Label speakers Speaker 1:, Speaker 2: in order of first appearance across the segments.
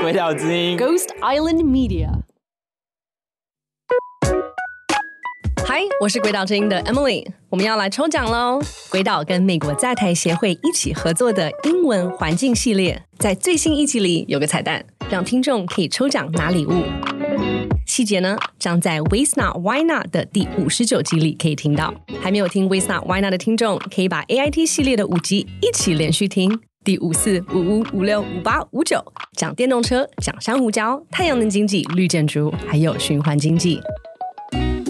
Speaker 1: 鬼岛之音。
Speaker 2: Ghost Island Media。
Speaker 3: 嗨，我是鬼岛之音的 Emily，我们要来抽奖喽！鬼岛跟美国在台协会一起合作的英文环境系列，在最新一集里有个彩蛋，让听众可以抽奖拿礼物。细节呢，将在 w a s Not Why Not 的第五十九集里可以听到。还没有听 w a s Not Why Not 的听众，可以把 AIT 系列的五集一起连续听。第五四、五五、五六、五八、五九，讲电动车，讲珊瑚礁、太阳能经济、绿建筑，还有循环经济。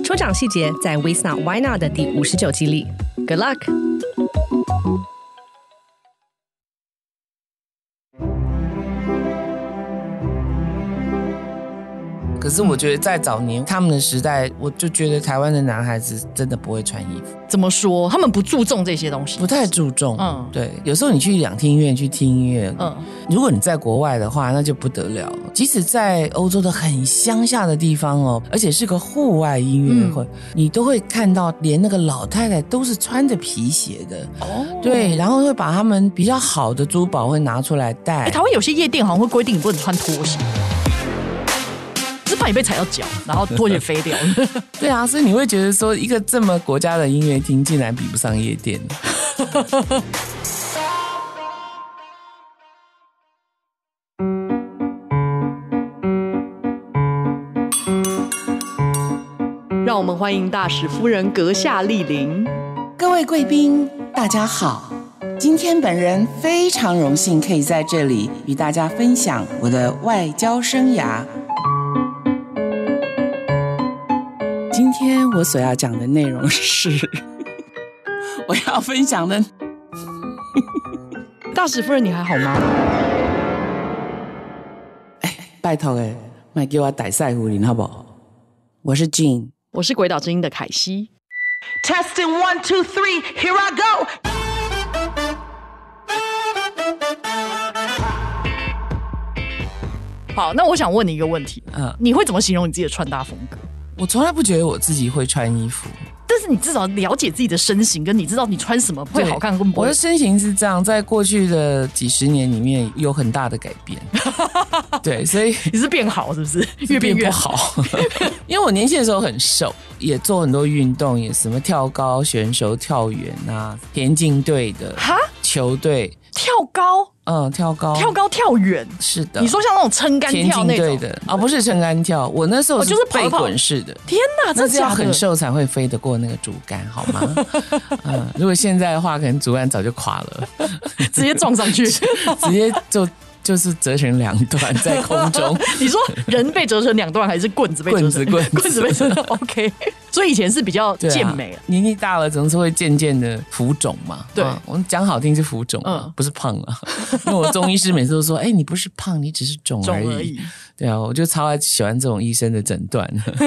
Speaker 3: 抽奖细节在 w a s Not Why Not 的第五十九集里。Good luck！
Speaker 4: 可是我觉得在早年他们的时代，我就觉得台湾的男孩子真的不会穿衣服，
Speaker 5: 怎么说？他们不注重这些东西，
Speaker 4: 不太注重。
Speaker 5: 嗯
Speaker 4: 嗯，对，有时候你去两厅院去听音乐，嗯，
Speaker 5: 嗯，
Speaker 4: 如果你在国外的话，那就不得了了。即使在欧洲的很乡下的地方哦，而且是个户外音乐会，你都会看到连那个老太太都是穿着皮鞋的。
Speaker 5: 哦，
Speaker 4: 对，然后会把他们比较好的珠宝会拿出来戴。
Speaker 5: 哎，台湾有些夜店好像会规定你不能穿拖鞋，只怕你被踩到脚，然后拖鞋 飞掉。
Speaker 4: 对啊，所以你会觉得说，一个这么国家的音乐厅竟然比不上夜店。
Speaker 2: 让我们欢迎大使夫人阁下莅临。
Speaker 4: 各位贵宾，大家好。今天本人非常荣幸可以在这里与大家分享我的外交生涯。今天我所要讲的内容是， 我要分享的
Speaker 2: 大使夫人，你还好吗？
Speaker 4: 拜托诶，卖给我逮赛胡林好不好？我是 Jean。
Speaker 2: 我是鬼岛之音的凯西。
Speaker 6: Testing one, two, three. Here I go.
Speaker 5: 好，那我想问你一个问题，
Speaker 4: 嗯
Speaker 5: 你会怎么形容你自己的穿搭风格？
Speaker 4: 我从来不觉得我自己会穿衣服，
Speaker 5: 但是你至少了解自己的身形，跟你知道你穿什么会好看跟不
Speaker 4: 我
Speaker 5: 会
Speaker 4: 的。身形是这样，在过去的几十年里面有很大的改 变。对，所以
Speaker 5: 你是变好是不是？越变越
Speaker 4: 不。好。 因为我年轻的时候很瘦，也做很多运动，也什么跳高选手、跳远啊，田径队的
Speaker 5: 哈，
Speaker 4: 球队，
Speaker 5: 跳高，
Speaker 4: 嗯，跳高，
Speaker 5: 跳高跳远。
Speaker 4: 是的。
Speaker 5: 你说像那种撑杆
Speaker 4: 田
Speaker 5: 跳
Speaker 4: 径
Speaker 5: 那
Speaker 4: 队
Speaker 5: 种，
Speaker 4: 的啊、不是撑杆跳，我那时候
Speaker 5: 哦就是跑
Speaker 4: 背
Speaker 5: 跑
Speaker 4: 滚式的。
Speaker 5: 天哪，
Speaker 4: 那
Speaker 5: 真
Speaker 4: 是
Speaker 5: 的
Speaker 4: 要
Speaker 5: 假
Speaker 4: 很
Speaker 5: 的？
Speaker 4: 瘦才会飞得过那个竹竿，好吗？ 嗯，如果现在的话，可能竹竿早就垮了，
Speaker 5: 直接撞上去。
Speaker 4: 直接就就是折成两段在空中。
Speaker 5: 你说人被折成两段，还是棍子被折
Speaker 4: 棍
Speaker 5: 成
Speaker 4: 子棍子
Speaker 5: 棍子被折成 ？OK，所以以前是比较
Speaker 4: 对啊
Speaker 5: 健美了。
Speaker 4: 年纪大了总是会渐渐的浮肿嘛。
Speaker 5: 对
Speaker 4: 啊我们讲好听是浮肿啊，
Speaker 5: 嗯
Speaker 4: 不是胖啊。 因为我中医师每次都说，哎、你不是胖，你只是肿
Speaker 5: 肿
Speaker 4: 而已。
Speaker 5: 而已，
Speaker 4: 对啊，我就超爱喜欢这种医生的诊断。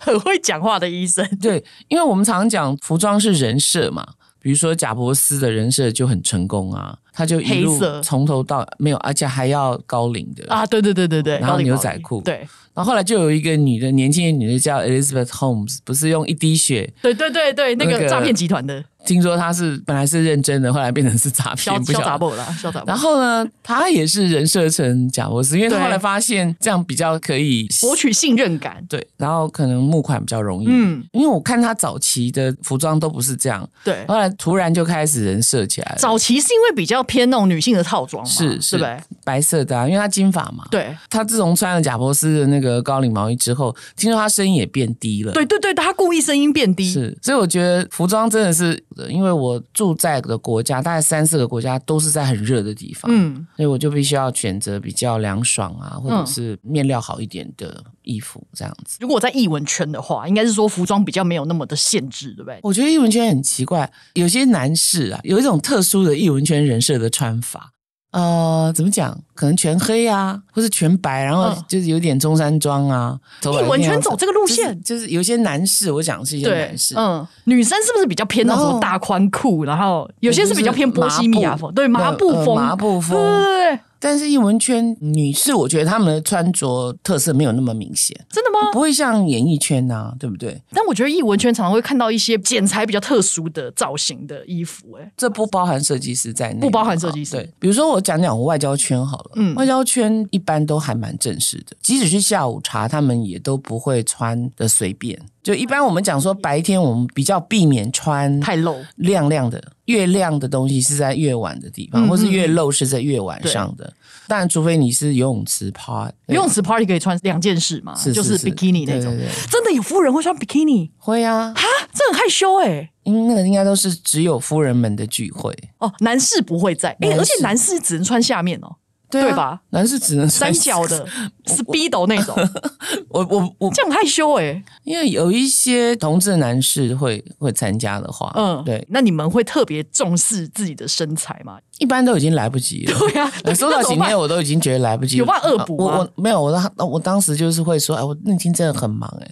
Speaker 5: 很会讲话的医生，
Speaker 4: 对，因为我们常讲服装是人设嘛，比如说贾伯斯的人设就很成功啊，他就一
Speaker 5: 黑
Speaker 4: 路
Speaker 5: 色
Speaker 4: 从头到没有，而且还要高领的
Speaker 5: 啊，对对对对对，
Speaker 4: 然后
Speaker 5: 高领
Speaker 4: 牛
Speaker 5: 毛衣
Speaker 4: 仔裤
Speaker 5: 对
Speaker 4: 然后后来就有一个女的，年轻的女的叫 Elizabeth Holmes，不是用一滴血。
Speaker 5: 对对对对，那
Speaker 4: 那
Speaker 5: 个
Speaker 4: 个
Speaker 5: 诈骗集团的
Speaker 4: 听说她是本来是认真的，后来变成是诈
Speaker 5: 肖
Speaker 4: 骗，不
Speaker 5: 肖
Speaker 4: 晓
Speaker 5: 杂
Speaker 4: 得。
Speaker 5: 博啦，肖杂博
Speaker 4: 然，后呢，她也是人设成贾伯斯，因为她
Speaker 5: 对
Speaker 4: 后来发现这样比较可以
Speaker 5: 博取信任感，
Speaker 4: 对，然后可能募款比较容易。
Speaker 5: 嗯，
Speaker 4: 因为我看她早期的服装都不是这样，
Speaker 5: 对。
Speaker 4: 后来突然就开始人设起来了，
Speaker 5: 早期是因为比较偏那种女性的套装嘛，
Speaker 4: 是是
Speaker 5: 对不对？
Speaker 4: 白色的、啊，因为她金发嘛。，
Speaker 5: 对
Speaker 4: 她自从穿了贾伯斯的那个高领毛衣之后，听说她声音也变低了。
Speaker 5: 对对对，他故意声音变低，
Speaker 4: 是，所以我觉得服装真的是，因为我住在的国家，大概三四个国家都是在很热的地方，
Speaker 5: 嗯，
Speaker 4: 所以我就必须要选择比较凉爽啊，或者是面料好一点的衣服这样子。
Speaker 5: 如果我在艺文圈的话，应该是说服装比较没有那么的限制，对不对？
Speaker 4: 我觉得艺文圈很奇怪，有些男士啊，有一种特殊的艺文圈人设的穿法。呃，怎么讲？可能全黑啊，或是全白，然后
Speaker 5: 嗯
Speaker 4: 就是有点中山装啊。头发
Speaker 5: 艺文
Speaker 4: 那样
Speaker 5: 圈
Speaker 4: 子
Speaker 5: 走这个路
Speaker 4: 就是
Speaker 5: 线
Speaker 4: 就是有些男士，我讲的是一些
Speaker 5: 对
Speaker 4: 男士，，
Speaker 5: 嗯，女生是不是比较偏那种
Speaker 4: 然
Speaker 5: 什
Speaker 4: 后
Speaker 5: 么大宽裤，然后有些是比较偏波西米亚风，对，
Speaker 4: 麻
Speaker 5: 麻
Speaker 4: 布
Speaker 5: 布风，
Speaker 4: 呃麻布风
Speaker 5: 对对对对，
Speaker 4: 但是艺文圈女士，我觉得她们的穿着特色没有那么明显，
Speaker 5: 真的吗？
Speaker 4: 不会像演艺圈呐、对不对？
Speaker 5: 但我觉得艺文圈常常会看到一些剪裁比较特殊的造型的衣服、哎，
Speaker 4: 这不包含设计师在内，
Speaker 5: 不包含设计师
Speaker 4: 对，比如说我讲讲我外交圈好了，
Speaker 5: 嗯
Speaker 4: 外交圈一般都还蛮正式的，即使是下午茶，他们也都不会穿的随便。就一般我们讲说白天我们比较避免穿
Speaker 5: 太露。
Speaker 4: 亮亮的、越亮的东西是在越晚的地方，
Speaker 5: 嗯
Speaker 4: 或是越露是在越晚上的。当然，除非你是游泳池趴，对
Speaker 5: 游泳池 party 可以穿两件事嘛，
Speaker 4: 是
Speaker 5: 就是是 bikini 那种。
Speaker 4: 对对对
Speaker 5: 真的有夫人会穿 bikini
Speaker 4: 会啊，
Speaker 5: 啊？这很害羞哎、
Speaker 4: 因为那个应该都是只有夫人们的聚会，
Speaker 5: 哦，男士不会在，哎、
Speaker 4: 男士
Speaker 5: 而且男士只能穿下面哦，
Speaker 4: 对啊
Speaker 5: 对吧？
Speaker 4: 男士只能
Speaker 5: 三
Speaker 4: 穿
Speaker 5: 角的 speedo 那种，
Speaker 4: 我我我
Speaker 5: 这样很害羞哎、
Speaker 4: 因为有一些同志男士会会参加的话，
Speaker 5: 嗯，
Speaker 4: 对，
Speaker 5: 那你们会特别重视自己的身材 吗？
Speaker 4: 一般都已经来不及了。
Speaker 5: 对呀、
Speaker 4: 我收到
Speaker 5: 那怎
Speaker 4: 请
Speaker 5: 么办
Speaker 4: 帖，我都已经觉得来不及了。啊
Speaker 5: 有办法恶补
Speaker 4: 我
Speaker 5: 吗
Speaker 4: 我没有，我当我当时就是会说，哎，我那天真的很忙， 哎，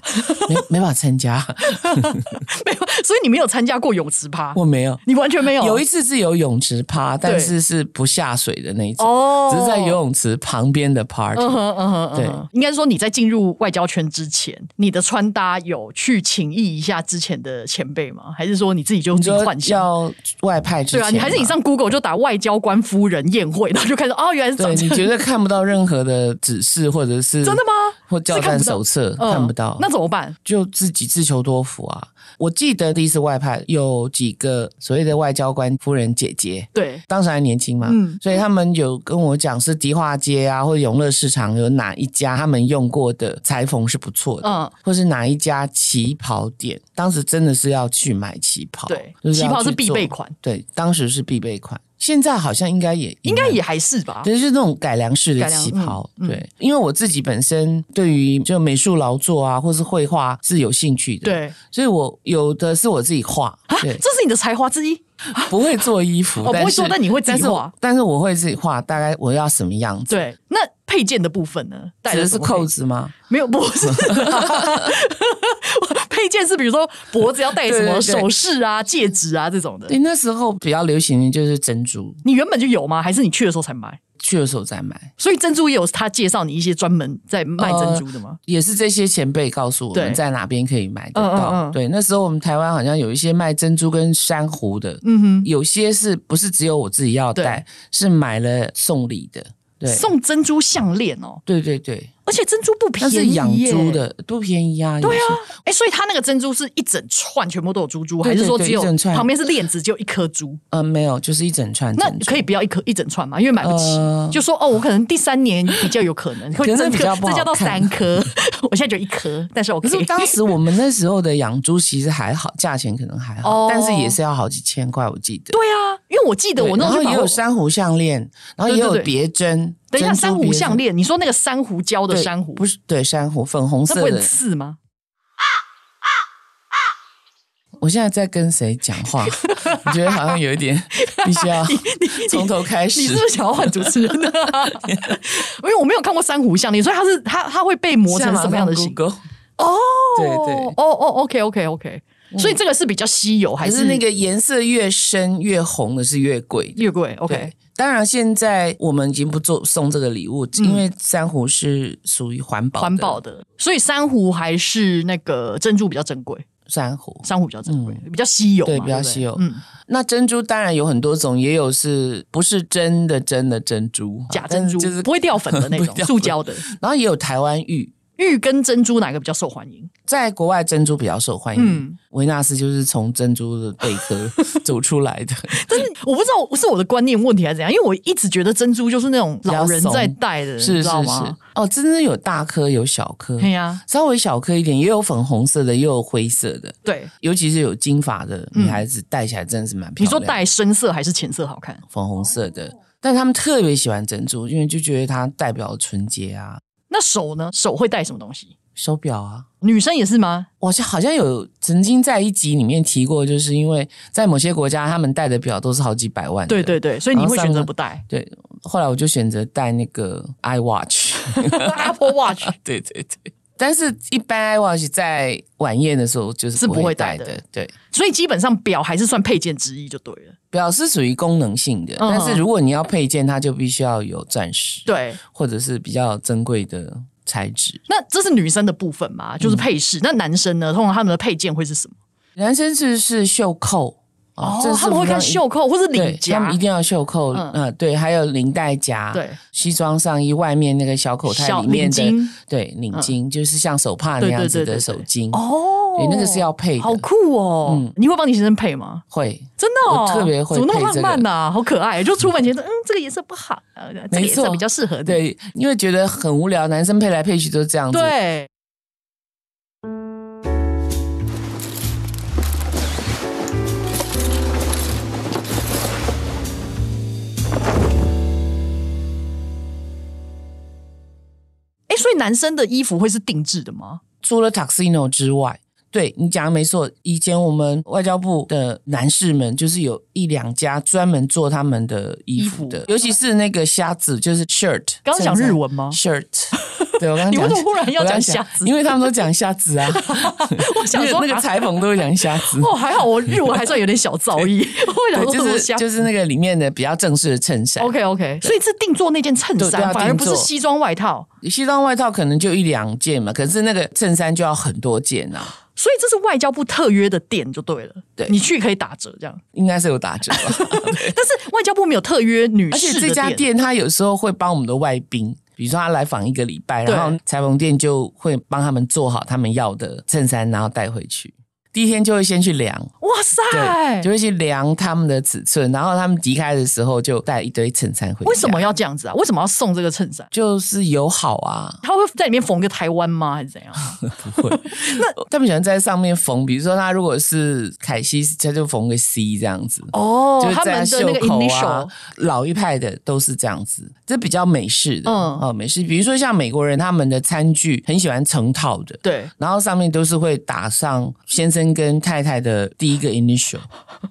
Speaker 4: 没没法参加，
Speaker 5: 没有，所以你没有参加过泳池趴，
Speaker 4: 我没有。
Speaker 5: 你完全没有。
Speaker 4: 有一次是有泳池趴，但是是不下水的那一种，
Speaker 5: 哦
Speaker 4: 只是在游泳池旁边的 party。
Speaker 5: 嗯哼嗯哼，嗯哼应该说你在进入外交圈之前，你的穿搭有去请益一下之前的前辈吗？还是说你自己就
Speaker 4: 你
Speaker 5: 自己
Speaker 4: 说
Speaker 5: 幻想？
Speaker 4: 要外派之前
Speaker 5: 对
Speaker 4: 嘛，
Speaker 5: 啊，你还是你上 Google 就打外交官夫人宴会，然后就开始哦，原来是
Speaker 4: 对，
Speaker 5: 长这
Speaker 4: 你
Speaker 5: 样，
Speaker 4: 绝对看不到任何的指示或者是
Speaker 5: 真的吗
Speaker 4: 或教
Speaker 5: 是看
Speaker 4: 战
Speaker 5: 不到
Speaker 4: 手册
Speaker 5: 嗯
Speaker 4: 看不到，
Speaker 5: 那怎么办？
Speaker 4: 就自己自求多福啊。我记得第一次外派有几个所谓的外交官夫人姐姐，
Speaker 5: 对，
Speaker 4: 当时还年轻嘛，
Speaker 5: 嗯
Speaker 4: 所以他们有跟我讲是迪化街啊，或者永乐市场有哪一家他们用过的裁缝是不错的，
Speaker 5: 嗯
Speaker 4: 或是哪一家旗袍店，当时真的是要去买旗袍，
Speaker 5: 对
Speaker 4: 就是要
Speaker 5: 旗袍是
Speaker 4: 去
Speaker 5: 必
Speaker 4: 做
Speaker 5: 备款，
Speaker 4: 对，当时是必备款，现在好像应该也
Speaker 5: 应该也还是吧。
Speaker 4: 对，就是那种改良式的
Speaker 5: 改良
Speaker 4: 旗袍。
Speaker 5: 嗯嗯
Speaker 4: 对，因为我自己本身对于就美术劳作啊，或是绘画是有兴趣的，，
Speaker 5: 对
Speaker 4: 所以我有的是我自己画，
Speaker 5: 啊，
Speaker 4: 对，
Speaker 5: 这是你的才华之一。
Speaker 4: 不会做衣服，
Speaker 5: 哦不会
Speaker 4: 但是
Speaker 5: 做但你会自己
Speaker 4: 但是我
Speaker 5: 画
Speaker 4: 但是我会自己画，大概我要什么样子。
Speaker 5: 对，那配件的部分呢？戴
Speaker 4: 指
Speaker 5: 的
Speaker 4: 的
Speaker 5: 什
Speaker 4: 是
Speaker 5: 么配
Speaker 4: 扣子吗？
Speaker 5: 没有，不 是。配件是比如说脖子要戴什么
Speaker 4: 对对对
Speaker 5: 首饰啊、戒指啊这种的
Speaker 4: 对，。那时候比较流行的就是珍珠，
Speaker 5: 你原本就有吗？还是你去的时候才买？
Speaker 4: 去的时候再买。
Speaker 5: 所以珍珠也有他介绍你一些专门在卖珍珠的吗？
Speaker 4: 也是这些前辈告诉我
Speaker 5: 对
Speaker 4: 们在哪边可以买得到。
Speaker 5: 嗯嗯嗯
Speaker 4: 对，那时候我们台湾好像有一些卖珍珠跟珊瑚的，
Speaker 5: 嗯哼，
Speaker 4: 有些是不是只有我自己要戴，是买了送礼的，呃对，，
Speaker 5: 送珍珠项链哦，
Speaker 4: 对对对，
Speaker 5: 而且珍珠不便
Speaker 4: 那
Speaker 5: 宜
Speaker 4: 是养
Speaker 5: 耶
Speaker 4: 猪。的，不便宜啊，对啊，
Speaker 5: 哎，所以它那个珍珠是一整串全部都有珠珠，
Speaker 4: 对
Speaker 5: 还是说
Speaker 4: 对对
Speaker 5: 只有
Speaker 4: 一整串
Speaker 5: 旁边是链子，只有一颗珠？
Speaker 4: 呃，没有，就是一整串
Speaker 5: 那
Speaker 4: 珍珠，
Speaker 5: 可以不要一颗一整串嘛，因为买不起。
Speaker 4: 呃
Speaker 5: 就说哦，我可能第三年比较有可能会
Speaker 4: 可是
Speaker 5: 增
Speaker 4: 比
Speaker 5: 颗
Speaker 4: 较，不
Speaker 5: 增加
Speaker 4: 好
Speaker 5: 到
Speaker 4: 看
Speaker 5: 三颗。 我现在就一颗，但是我
Speaker 4: 可是当时我们那时候的养猪其实还好，价钱可能还好，
Speaker 5: 哦
Speaker 4: 但是也是要好几千块，我记得。
Speaker 5: 对啊，因为我记得
Speaker 4: 对
Speaker 5: 我那
Speaker 4: 然
Speaker 5: 时
Speaker 4: 后
Speaker 5: 候
Speaker 4: 也
Speaker 5: 把
Speaker 4: 有
Speaker 5: 我
Speaker 4: 珊瑚项链，然后也有
Speaker 5: 对对对
Speaker 4: 别针。
Speaker 5: 等一下
Speaker 4: 珍珠
Speaker 5: 珊瑚
Speaker 4: 别针
Speaker 5: 项链，你说那个珊瑚礁的
Speaker 4: 对
Speaker 5: 珊瑚，
Speaker 4: 不是对珊瑚粉红
Speaker 5: 那不
Speaker 4: 色
Speaker 5: 会很
Speaker 4: 的。
Speaker 5: 刺吗？
Speaker 4: 我现在在跟谁讲话？ 我觉得好像有一 点必须要从头开
Speaker 5: 你是
Speaker 4: 始
Speaker 5: 不。是想要换主 持人？ 因为我没有看过珊瑚项链，所以它是它它会被磨成什么样的形？
Speaker 4: g o
Speaker 5: 哦，
Speaker 4: 对对
Speaker 5: 哦哦，OK OK OK，所以这个是比较稀有，还
Speaker 4: 还是那个颜色越深越红的是越贵的。
Speaker 5: 月桂？OK，
Speaker 4: 对，当然现在我们已经不做送这个礼物，因为珊瑚是属于环保的
Speaker 5: 嗯环保的，所以珊瑚还是那个珍珠比较珍贵，
Speaker 4: 珊瑚。
Speaker 5: 珊瑚比较珍贵，比较稀有
Speaker 4: 嗯
Speaker 5: 嘛，
Speaker 4: 对
Speaker 5: 对不对，
Speaker 4: 比较稀有
Speaker 5: 嗯，
Speaker 4: 那珍珠当然有很多种，也有是不是真的真的珍珠，
Speaker 5: 假珍珠
Speaker 4: 啊但是就是
Speaker 5: 不会掉粉的 那
Speaker 4: 不会，
Speaker 5: 种
Speaker 4: 掉粉
Speaker 5: 塑胶的
Speaker 4: 然后也有台湾玉，
Speaker 5: 玉跟珍珠哪个比较受欢迎？
Speaker 4: 在国外珍珠比较受欢迎。
Speaker 5: 嗯
Speaker 4: 维纳斯就是从珍珠的贝壳 走出来 的，
Speaker 5: 但是我不知道是我的观念问题还是怎样，因为我一直觉得珍珠就是那种老人
Speaker 4: 比较怂
Speaker 5: 在戴的，你
Speaker 4: 是是
Speaker 5: 知道
Speaker 4: 是
Speaker 5: 吗？。
Speaker 4: 哦，珍珠有大颗有小颗，
Speaker 5: 对呀，
Speaker 4: 稍微小颗一点，也有粉红色的，也有灰色的。
Speaker 5: 对，
Speaker 4: 尤其是有金发的
Speaker 5: 嗯
Speaker 4: 女孩子，戴起来真的是蛮漂
Speaker 5: 你
Speaker 4: 亮的。
Speaker 5: 说戴深色还是浅色好看？
Speaker 4: 粉红色的，但他们特别喜欢珍珠，因为就觉得它代表纯洁啊。
Speaker 5: 那手呢？手会戴什么东西？
Speaker 4: 手表啊，
Speaker 5: 女生也是吗？
Speaker 4: 我是好像有曾经在一集里面提过，就是因为在某些国家，他们戴的表都是好几百万的。
Speaker 5: 对对对，所以你
Speaker 4: 然后
Speaker 5: 会选
Speaker 4: 上
Speaker 5: 择
Speaker 4: 个
Speaker 5: 不戴
Speaker 4: 对，后来我就选择戴那个 iWatch。
Speaker 5: Apple Watch。
Speaker 4: 对对对。但是一般 iWatch 在晚宴的时候就是
Speaker 5: 是不会
Speaker 4: 戴
Speaker 5: 戴的
Speaker 4: 对。
Speaker 5: 所以基本上表还是算配件之一就对了。
Speaker 4: 表是属于功能性的，
Speaker 5: 嗯
Speaker 4: 但是如果你要配件，它就必须要有钻石，，
Speaker 5: 对，
Speaker 4: 或者是比较珍贵的材质。
Speaker 5: 那这是女生的部分嘛，
Speaker 4: 嗯
Speaker 5: 就是配饰。那男生呢，通常他们的配件会是什么？
Speaker 4: 男生是是袖扣啊这是
Speaker 5: 哦他们会看袖扣或是
Speaker 4: 对
Speaker 5: 领
Speaker 4: 他
Speaker 5: 夹
Speaker 4: 们一，定要袖扣，
Speaker 5: 嗯
Speaker 4: 嗯、对，还有领带夹，
Speaker 5: 对，
Speaker 4: 西装上衣外面那个小口袋
Speaker 5: 小
Speaker 4: 里面的，
Speaker 5: 领巾嗯
Speaker 4: 对，领巾、就是像手帕那
Speaker 5: 对
Speaker 4: 样
Speaker 5: 对
Speaker 4: 子
Speaker 5: 对
Speaker 4: 的
Speaker 5: 对对
Speaker 4: 手巾，
Speaker 5: 哦
Speaker 4: 对，那个是要配的，
Speaker 5: 好酷哦！
Speaker 4: 嗯
Speaker 5: 你会帮你先生配吗？
Speaker 4: 会，
Speaker 5: 真的哦，
Speaker 4: 我特别会
Speaker 5: 怎么那么
Speaker 4: 配这
Speaker 5: 浪
Speaker 4: 个
Speaker 5: 漫呐、好可爱！就出 门前说，嗯，这个颜色不好，呃这个
Speaker 4: 没
Speaker 5: 颜色
Speaker 4: 错
Speaker 5: 比较适合你。
Speaker 4: 对，因为觉得很无聊，男生配来配去都是这样子，
Speaker 5: 对，哎，所以男生的衣服会是定制的吗？
Speaker 4: 除了 Tuxino 之外，对你讲的没错，以前我们外交部的男士们就是有一两家专门做他们的衣服的，
Speaker 5: 衣服
Speaker 4: 尤其是那个瞎子，就是 shirt。
Speaker 5: 刚刚讲日文吗
Speaker 4: ？shirt，对我刚刚讲，
Speaker 5: 你为什么忽然要
Speaker 4: 我刚刚
Speaker 5: 讲瞎子
Speaker 4: 因为他们都讲瞎子啊，
Speaker 5: 我想说
Speaker 4: 因为那个裁缝都会讲瞎子。
Speaker 5: 哦，还好 我日文还算有点小造 诣，我
Speaker 4: 嗯
Speaker 5: 想
Speaker 4: 对，
Speaker 5: 说
Speaker 4: 就
Speaker 5: 哦我
Speaker 4: 是
Speaker 5: 瞎
Speaker 4: 就是那个里面的比较正式的衬衫
Speaker 5: OK OK，所以是定做那件衬
Speaker 4: 对对
Speaker 5: 衫，
Speaker 4: 啊
Speaker 5: 反而不是
Speaker 4: 定做
Speaker 5: 西装外套，
Speaker 4: 西装外套可能就一两件嘛，可是那个衬衫就要很多件啊，
Speaker 5: 所以这是外交部特约的店就对了。
Speaker 4: 对
Speaker 5: 你去可以打折这样，
Speaker 4: 应该是有打折吧。
Speaker 5: 但 是外交部没有特约女
Speaker 4: 而且
Speaker 5: 士的
Speaker 4: 这家店它有时候会帮我们的外宾，比如说他来访一个礼拜，
Speaker 5: 对
Speaker 4: 然后裁缝店就会帮他们做好他们要的衬衫，然后带回去。第一天就会先去量，
Speaker 5: 哇塞哎
Speaker 4: 对，，就会去量他们的尺寸，然后他们离开的时候就带一堆衬衫回家。
Speaker 5: 为什么？要这样子啊？为什么要送这个衬衫？
Speaker 4: 就是友好啊，
Speaker 5: 他会在里面缝一个台湾吗？还是怎样？
Speaker 4: 他们喜欢在上面缝，比如说他如果是凯西，他就缝个 C 这样子。
Speaker 5: 哦
Speaker 4: 就是
Speaker 5: 他
Speaker 4: 在
Speaker 5: 们的那个
Speaker 4: 袖口啊
Speaker 5: initial，，
Speaker 4: 老一派的都是这样子，这比较美式的，
Speaker 5: 嗯
Speaker 4: 嗯，哦，美式，比如说像美国人，他们的餐具很喜欢成套的，
Speaker 5: 对，
Speaker 4: 然后上面都是会打上先生跟太太的第一个 initial，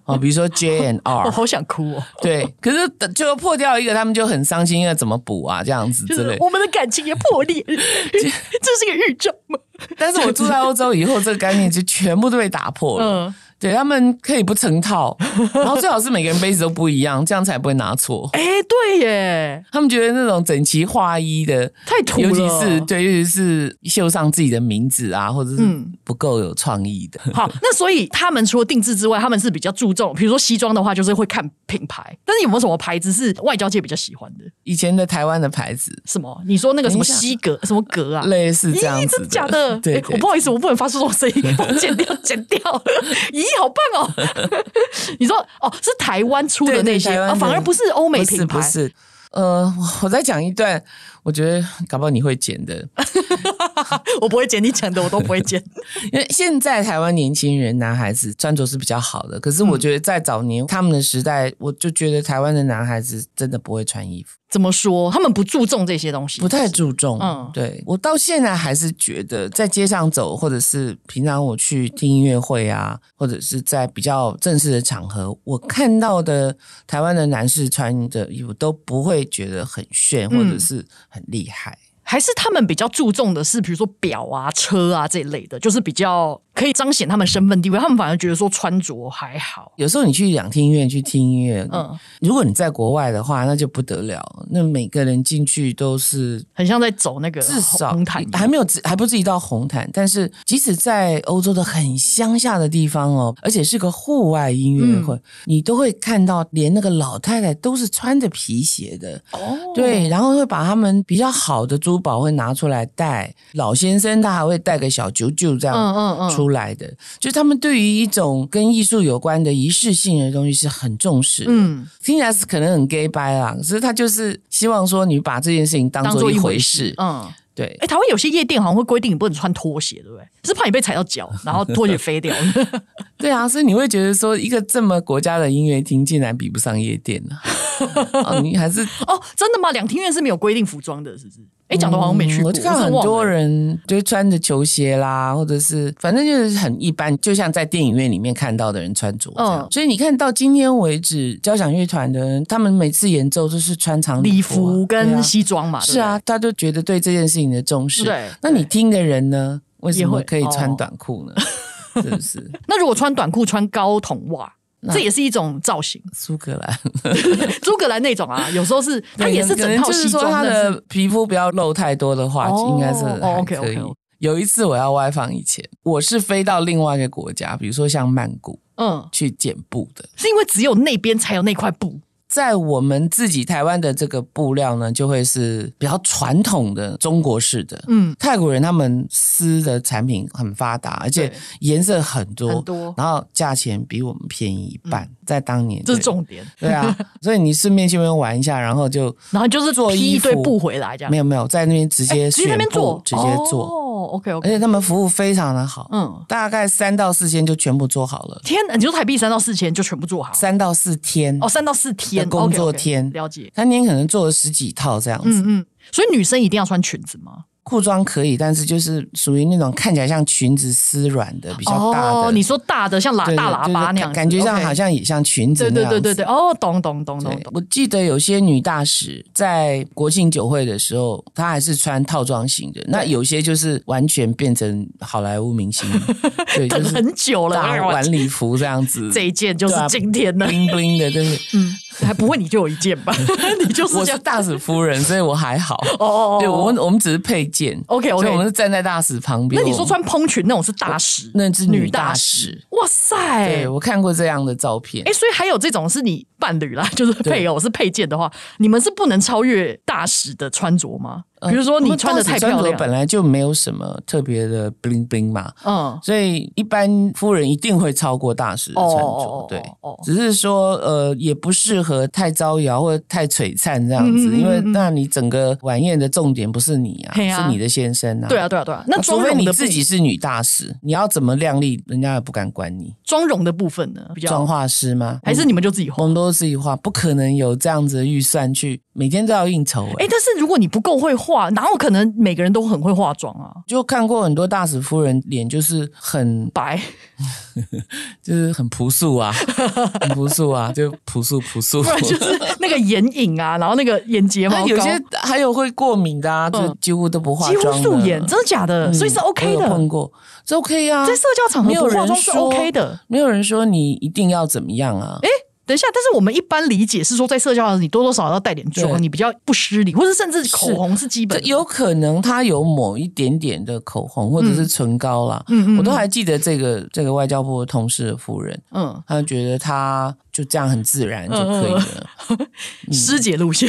Speaker 4: 哦，比如说 J and
Speaker 5: 我
Speaker 4: R，
Speaker 5: 好想哭哦，
Speaker 4: 对，可是等就破掉一个，他们就很伤心，要怎么补啊，这样子
Speaker 5: 就
Speaker 4: 之
Speaker 5: 是
Speaker 4: 类。
Speaker 5: 我们的感情也 破裂，这是一个预兆吗？
Speaker 4: 但是我住在欧洲以后，这个概念就全部都被打破了。
Speaker 5: 嗯，
Speaker 4: 对他们可以不成 套，然后最好是每个人杯子都不一样，这样才不会拿错。
Speaker 5: 哎，对耶，
Speaker 4: 他们觉得那种整齐划一的
Speaker 5: 太土了，
Speaker 4: 尤其是对，尤其是绣上自己的名字啊，或者是
Speaker 5: 嗯
Speaker 4: 不够有创意的。
Speaker 5: 好，那所以他们除了定制之外，他们是比较注重，比如说西装的话，就是会看品牌。但是有没有什么牌子是外交界比较喜欢的？
Speaker 4: 以前的台湾的牌子
Speaker 5: 什么？你说那个什么
Speaker 4: 等一下
Speaker 5: 西格什么格啊？
Speaker 4: 类似这样
Speaker 5: 咦，
Speaker 4: 子
Speaker 5: 真的假的？
Speaker 4: 对
Speaker 5: 诶
Speaker 4: 对
Speaker 5: 我不好意思，我不能发出这种声音， 我剪掉，剪 掉。咦，好棒哦！ 你说哦，是台湾出的
Speaker 4: 对对
Speaker 5: 那些，
Speaker 4: 台湾
Speaker 5: 啊，
Speaker 4: 的
Speaker 5: 反而不是欧美
Speaker 4: 不
Speaker 5: 品
Speaker 4: 是
Speaker 5: 牌
Speaker 4: 不。是。呃，我我再讲一段，我觉得搞不好你会剪 的，
Speaker 5: 我不会剪你讲的，我都不 会剪。
Speaker 4: 因为现在台湾年轻人男孩子穿着是比较好的，可是
Speaker 5: 嗯
Speaker 4: 我觉得在早年他们的时代，我就觉得台湾的男孩子真的不会穿衣服，
Speaker 5: 怎么说？他们不注重这些东西，
Speaker 4: 不太注重。
Speaker 5: 嗯
Speaker 4: 对我到现在还是觉得，在街上走，或者是平常我去听音乐会啊，或者是在比较正式的场合，我看到的台湾的男士穿的衣服都不会觉得很炫，或者是很厉害。
Speaker 5: 还是他们比较注重的是，比如说表啊、车啊这一类的，就是比较可以彰显他们身份地位。他们反而觉得说穿着还好，
Speaker 4: 有时候你去两厅院去听音乐，
Speaker 5: 嗯
Speaker 4: 嗯，如果你在国外的话，那就不得了，那每个人进去都是
Speaker 5: 很像在走那个
Speaker 4: 至少
Speaker 5: 红毯一样
Speaker 4: 还没有至还不至于到红毯，但是即使在欧洲的很乡下的地方哦，而且是个户外音乐
Speaker 5: 嗯
Speaker 4: 会，你都会看到连那个老太太都是穿着皮鞋的，
Speaker 5: 哦，
Speaker 4: 对，然后会把他们比较好的珠宝会拿出来戴，老先生他还会戴个小啾啾这
Speaker 5: 嗯
Speaker 4: 样
Speaker 5: 嗯嗯
Speaker 4: 出来的，就他们对于一种跟艺术有关的仪式性的东西是很重视的。
Speaker 5: 嗯，
Speaker 4: 听起来是可能很 gay 掰啦，可是他就是希望说你把这件事情当
Speaker 5: 当
Speaker 4: 做
Speaker 5: 做
Speaker 4: 一
Speaker 5: 一回
Speaker 4: 回事，
Speaker 5: 嗯，
Speaker 4: 对
Speaker 5: 哎、。台湾有些夜店好像会规定你不能穿拖鞋，对不对？是怕你被踩到脚，然后拖鞋飞掉。
Speaker 4: 对啊，所以你会觉得说，一个这么国家的音乐厅竟然比 不上夜店呢、啊？哦，你还是
Speaker 5: 哦，真的吗？两厅院是没有规定服装的，是不是？哎、哎，讲的好像没去过，
Speaker 4: 嗯我就看到
Speaker 5: 真
Speaker 4: 很
Speaker 5: 的忘了
Speaker 4: 多人就穿着球鞋啦，或者是反正就是很一般，就像在电影院里面看到的人穿着这样。
Speaker 5: 嗯
Speaker 4: 所以你看到今天为止，交响乐团的人，他们每次演奏都是穿长
Speaker 5: 礼
Speaker 4: 服啊、对
Speaker 5: 服跟
Speaker 4: 啊
Speaker 5: 西装嘛，
Speaker 4: 是啊，他就觉得对这件事情的重视。
Speaker 5: 对
Speaker 4: 那你听的人呢？为什
Speaker 5: 也
Speaker 4: 么
Speaker 5: 会
Speaker 4: 可以穿
Speaker 5: 哦
Speaker 4: 短裤呢？是不是
Speaker 5: 对不对。那如果穿短裤、穿高筒袜，这也是一种造型。
Speaker 4: 苏格兰？
Speaker 5: 诸葛兰那种啊，有时候是它也是
Speaker 4: 可
Speaker 5: 整
Speaker 4: 能
Speaker 5: 套
Speaker 4: 就是
Speaker 5: 西
Speaker 4: 说
Speaker 5: 装，
Speaker 4: 他
Speaker 5: 但
Speaker 4: 的
Speaker 5: 是
Speaker 4: 皮肤不要露太多的话，
Speaker 5: 哦
Speaker 4: 应该是
Speaker 5: 哦
Speaker 4: 还
Speaker 5: ，OK，OK，
Speaker 4: 可以
Speaker 5: OK，OK。
Speaker 4: 有一次我要外访以前，我是飞到另外一个国家，比如说像曼谷
Speaker 5: 嗯，
Speaker 4: 去剪布的，
Speaker 5: 是因为只有那边才有那块布
Speaker 4: 在我们自己台湾的这个布料呢，就会是比较传统的中国式的。
Speaker 5: 嗯，
Speaker 4: 泰国人他们丝的产品很发达，而且
Speaker 5: 对
Speaker 4: 颜色很多，
Speaker 5: 很多嗯
Speaker 4: 然后价钱比我们便宜一半，在当年
Speaker 5: 这是
Speaker 4: 对
Speaker 5: 重点，
Speaker 4: 对 啊，所以你顺便去那边玩一下，然后就
Speaker 5: 然后就是
Speaker 4: 做
Speaker 5: 披
Speaker 4: 衣
Speaker 5: 一堆
Speaker 4: 服
Speaker 5: 布回来这样
Speaker 4: 没，有没有在那边直接
Speaker 5: 哎直接在那边
Speaker 4: 选布
Speaker 5: 做，
Speaker 4: 直接做，
Speaker 5: 哦，OK
Speaker 4: 而
Speaker 5: OK，
Speaker 4: 且他们服务非常的好，
Speaker 5: 嗯，
Speaker 4: 大概三到四天就全部做好了，
Speaker 5: 天哪，你就台币三到四千就全部做好，
Speaker 4: 三到四天
Speaker 5: 哦，三到四
Speaker 4: 的
Speaker 5: 天
Speaker 4: 工作
Speaker 5: OK，OK，
Speaker 4: 天
Speaker 5: 了解，
Speaker 4: 三天可能做了十几套这样子。
Speaker 5: 嗯嗯，所以女生一定要穿裙子吗？
Speaker 4: 裤装可以，但是就是属于那种看起来像裙子丝软的比较大的，
Speaker 5: 哦，你说大的像喇
Speaker 4: 对
Speaker 5: 大喇
Speaker 4: 对
Speaker 5: 叭那
Speaker 4: 对
Speaker 5: 样子，
Speaker 4: 感觉上
Speaker 5: OK
Speaker 4: 好像也像裙子
Speaker 5: 对
Speaker 4: 那
Speaker 5: 对
Speaker 4: 样
Speaker 5: 对
Speaker 4: 子。
Speaker 5: 对对，哦，懂懂懂懂
Speaker 4: 对
Speaker 5: 懂，
Speaker 4: 我记得有些女大使在国庆酒会的时候，她还是穿套装型的，那有些就是完全变成好莱坞明 星，对，就
Speaker 5: 等
Speaker 4: 是
Speaker 5: 很久了，哎
Speaker 4: 大
Speaker 5: 呦我
Speaker 4: 晚礼服这样子，
Speaker 5: 这一嗯件就是
Speaker 4: 对啊
Speaker 5: 今天 的，
Speaker 4: bling bling 的，真是。嗯
Speaker 5: 还不会你就有一件 吧？你就是
Speaker 4: 我
Speaker 5: 这
Speaker 4: 是
Speaker 5: 样。
Speaker 4: 大使夫人，所以我还好。
Speaker 5: 哦哦哦，
Speaker 4: 对，我们我们只是配件
Speaker 5: OK，OK
Speaker 4: 所以我们是站在大使旁边。
Speaker 5: 那你说
Speaker 4: 我们
Speaker 5: 穿蓬裙那种是大使，
Speaker 4: 那是女
Speaker 5: 女
Speaker 4: 大
Speaker 5: 使哎
Speaker 4: 使？
Speaker 5: 哇塞！
Speaker 4: 对我看过这样的照片
Speaker 5: 哎、，所以还有这种是你伴侣啦， 就是配偶是配件的话，你们是不能超越大使的穿着吗？
Speaker 4: 呃
Speaker 5: 比如说
Speaker 4: 我
Speaker 5: 你
Speaker 4: 们
Speaker 5: 穿的
Speaker 4: 大使
Speaker 5: 太漂
Speaker 4: 穿
Speaker 5: 亮，
Speaker 4: 本来就没有什么特别的 bling bling 嘛，
Speaker 5: 嗯，
Speaker 4: 所以一般夫人一定会超过大使的穿着
Speaker 5: 哦哦哦哦，
Speaker 4: 对
Speaker 5: 哦，
Speaker 4: 只是说呃也不适合太招摇或者太璀璨这样
Speaker 5: 嗯嗯
Speaker 4: 子，
Speaker 5: 嗯
Speaker 4: 因为
Speaker 5: 嗯嗯
Speaker 4: 那你整个晚宴的重点不是你啊，
Speaker 5: 嘿啊
Speaker 4: 是你的先生啊，
Speaker 5: 对啊，。对啊，对啊。那
Speaker 4: 除
Speaker 5: 妆
Speaker 4: 非
Speaker 5: 容
Speaker 4: 你
Speaker 5: 的
Speaker 4: 自
Speaker 5: 部
Speaker 4: 己是女大使，你要怎么靓丽，人家也不敢管你。
Speaker 5: 妆容的部分呢，比较
Speaker 4: 妆嗯化师吗？
Speaker 5: 还是你们就自己
Speaker 4: 我
Speaker 5: 画？
Speaker 4: 们都自己画，不可能有这样子的预算去每天都要应酬、欸。
Speaker 5: 哎、但是如果你不够会画，哪有可能每个人都很会化妆啊？
Speaker 4: 就看过很多大使夫人脸，就是很
Speaker 5: 白，
Speaker 4: 就是很朴素 啊，很朴素啊，就朴素朴素。
Speaker 5: 不然就是那个眼影啊，然后那个眼睫毛
Speaker 4: 那
Speaker 5: 膏，
Speaker 4: 有些还有会过敏的啊，就
Speaker 5: 嗯
Speaker 4: 几乎都不化
Speaker 5: 几乎
Speaker 4: 妆的。
Speaker 5: 素颜，真的假的？
Speaker 4: 嗯
Speaker 5: 所以是 OK
Speaker 4: 我有
Speaker 5: 的。
Speaker 4: 碰过，是 OK 啊。
Speaker 5: 在社交场合
Speaker 4: 没有
Speaker 5: 不化
Speaker 4: 人
Speaker 5: 妆是
Speaker 4: 说
Speaker 5: OK 的。哎
Speaker 4: 没有人说你一定要怎么样啊。
Speaker 5: 等一下，但是我们一般理解是说，在社交场合你多多少少要带点
Speaker 4: 对
Speaker 5: 妆，你比较不失礼，或者甚至口红是基本
Speaker 4: 这
Speaker 5: 的。
Speaker 4: 有可能他有某一点点的口红或者是唇膏啦，
Speaker 5: 嗯嗯嗯
Speaker 4: 我都还记得这个这个外交部的同事的夫人，
Speaker 5: 嗯，
Speaker 4: 他就觉得他就这样很自然就可以了。嗯
Speaker 5: 师姐路线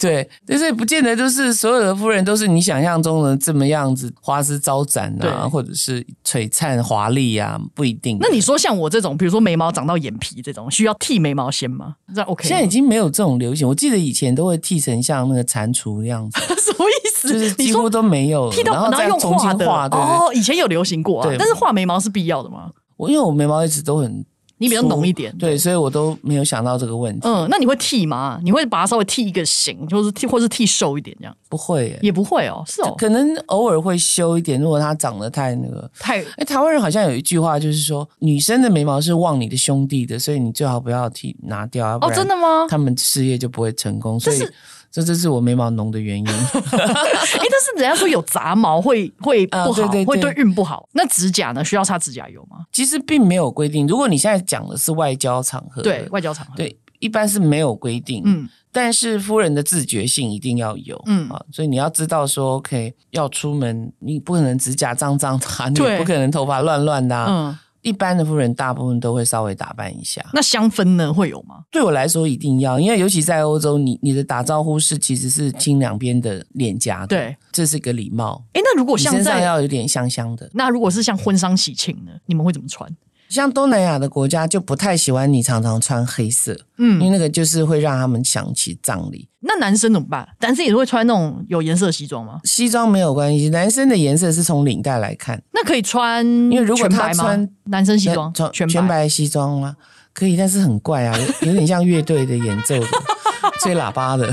Speaker 4: 对，但是不见得就是所有的夫人都是你想象中的这么样子，花枝招展
Speaker 5: 对
Speaker 4: 啊，或者是璀璨华丽啊，不一定。
Speaker 5: 那你说像我这种，比如说眉毛长到眼皮这种，需要剃眉毛先吗？这样 OK？
Speaker 4: 现在已
Speaker 5: 吗
Speaker 4: 经没有这种流行，我记得以前都会剃成像那个蟾蜍那 样子，
Speaker 5: 什么意思？
Speaker 4: 就是
Speaker 5: 你
Speaker 4: 几乎
Speaker 5: 说
Speaker 4: 都没有了，
Speaker 5: 剃到
Speaker 4: 然后
Speaker 5: 然后
Speaker 4: 再
Speaker 5: 用
Speaker 4: 重新
Speaker 5: 画的
Speaker 4: 画。对对对，
Speaker 5: 哦，以前有流行过啊
Speaker 4: 对，
Speaker 5: 但是画眉毛是必要的吗？
Speaker 4: 我因为我眉毛一直都很
Speaker 5: 你比较
Speaker 4: 粗
Speaker 5: 浓一点，
Speaker 4: 对，所以我都没有想到这个问题。
Speaker 5: 嗯，那你会剃吗？你会把它稍微剃一个型，就是剃，或是剃瘦一点这样？
Speaker 4: 不会耶，
Speaker 5: 也不会哦，是哦，
Speaker 4: 可能偶尔会修一点，如果它长得太那个。
Speaker 5: 太
Speaker 4: 哎，台湾人好像有一句话，就是说女生的眉毛是旺你的兄弟的，所以你最好不要剃拿掉，要不
Speaker 5: 哦，
Speaker 4: 然
Speaker 5: 真的 吗？
Speaker 4: 他们事业就不会成功。所
Speaker 5: 这
Speaker 4: 以
Speaker 5: 是，
Speaker 4: 这这是我眉毛浓的 原因。
Speaker 5: 哎、但是人家说有杂毛会会不
Speaker 4: 啊
Speaker 5: 好，
Speaker 4: 对对对
Speaker 5: 会对运不好。那指甲呢？需要擦指甲油吗？
Speaker 4: 其实并没有规定，如果你现在讲的是外交场合，
Speaker 5: 对，外交场合。
Speaker 4: 对，一般是没有规定。
Speaker 5: 嗯，
Speaker 4: 但是夫人的自觉性一定要有，
Speaker 5: 嗯
Speaker 4: 啊，所以你要知道说，OK，要出门，你不可能指甲脏脏的啊、你也
Speaker 5: 对
Speaker 4: 不可能头发乱乱的、啊。
Speaker 5: 嗯，
Speaker 4: 一般的夫人大部分都会稍微打扮一下。
Speaker 5: 那香氛呢？会有吗？
Speaker 4: 对我来说一定要，因为尤其在欧洲，你你的打招呼是其实是亲两边的脸颊的，
Speaker 5: 对，
Speaker 4: 这是一个礼貌。
Speaker 5: 哎、那如果
Speaker 4: 你
Speaker 5: 像
Speaker 4: 身上
Speaker 5: 在
Speaker 4: 要有点香香的，
Speaker 5: 那如果是像婚丧喜庆呢？你们会怎么穿？
Speaker 4: 像东南亚的国家就不太喜欢你常常穿黑色，因为
Speaker 5: 嗯，
Speaker 4: 那个就是会让他们想起葬礼。
Speaker 5: 那男生怎么办？男生也会穿那种有颜色的西装吗？
Speaker 4: 西装没有关系，男生的颜色是从领带来看，
Speaker 5: 那可以穿，因
Speaker 4: 为如果他
Speaker 5: 白吗
Speaker 4: 穿
Speaker 5: 男生西装
Speaker 4: 那穿
Speaker 5: 全
Speaker 4: 啊 全白西装吗？可以，但是很怪啊，有有点像乐队的演奏的。吹喇叭的。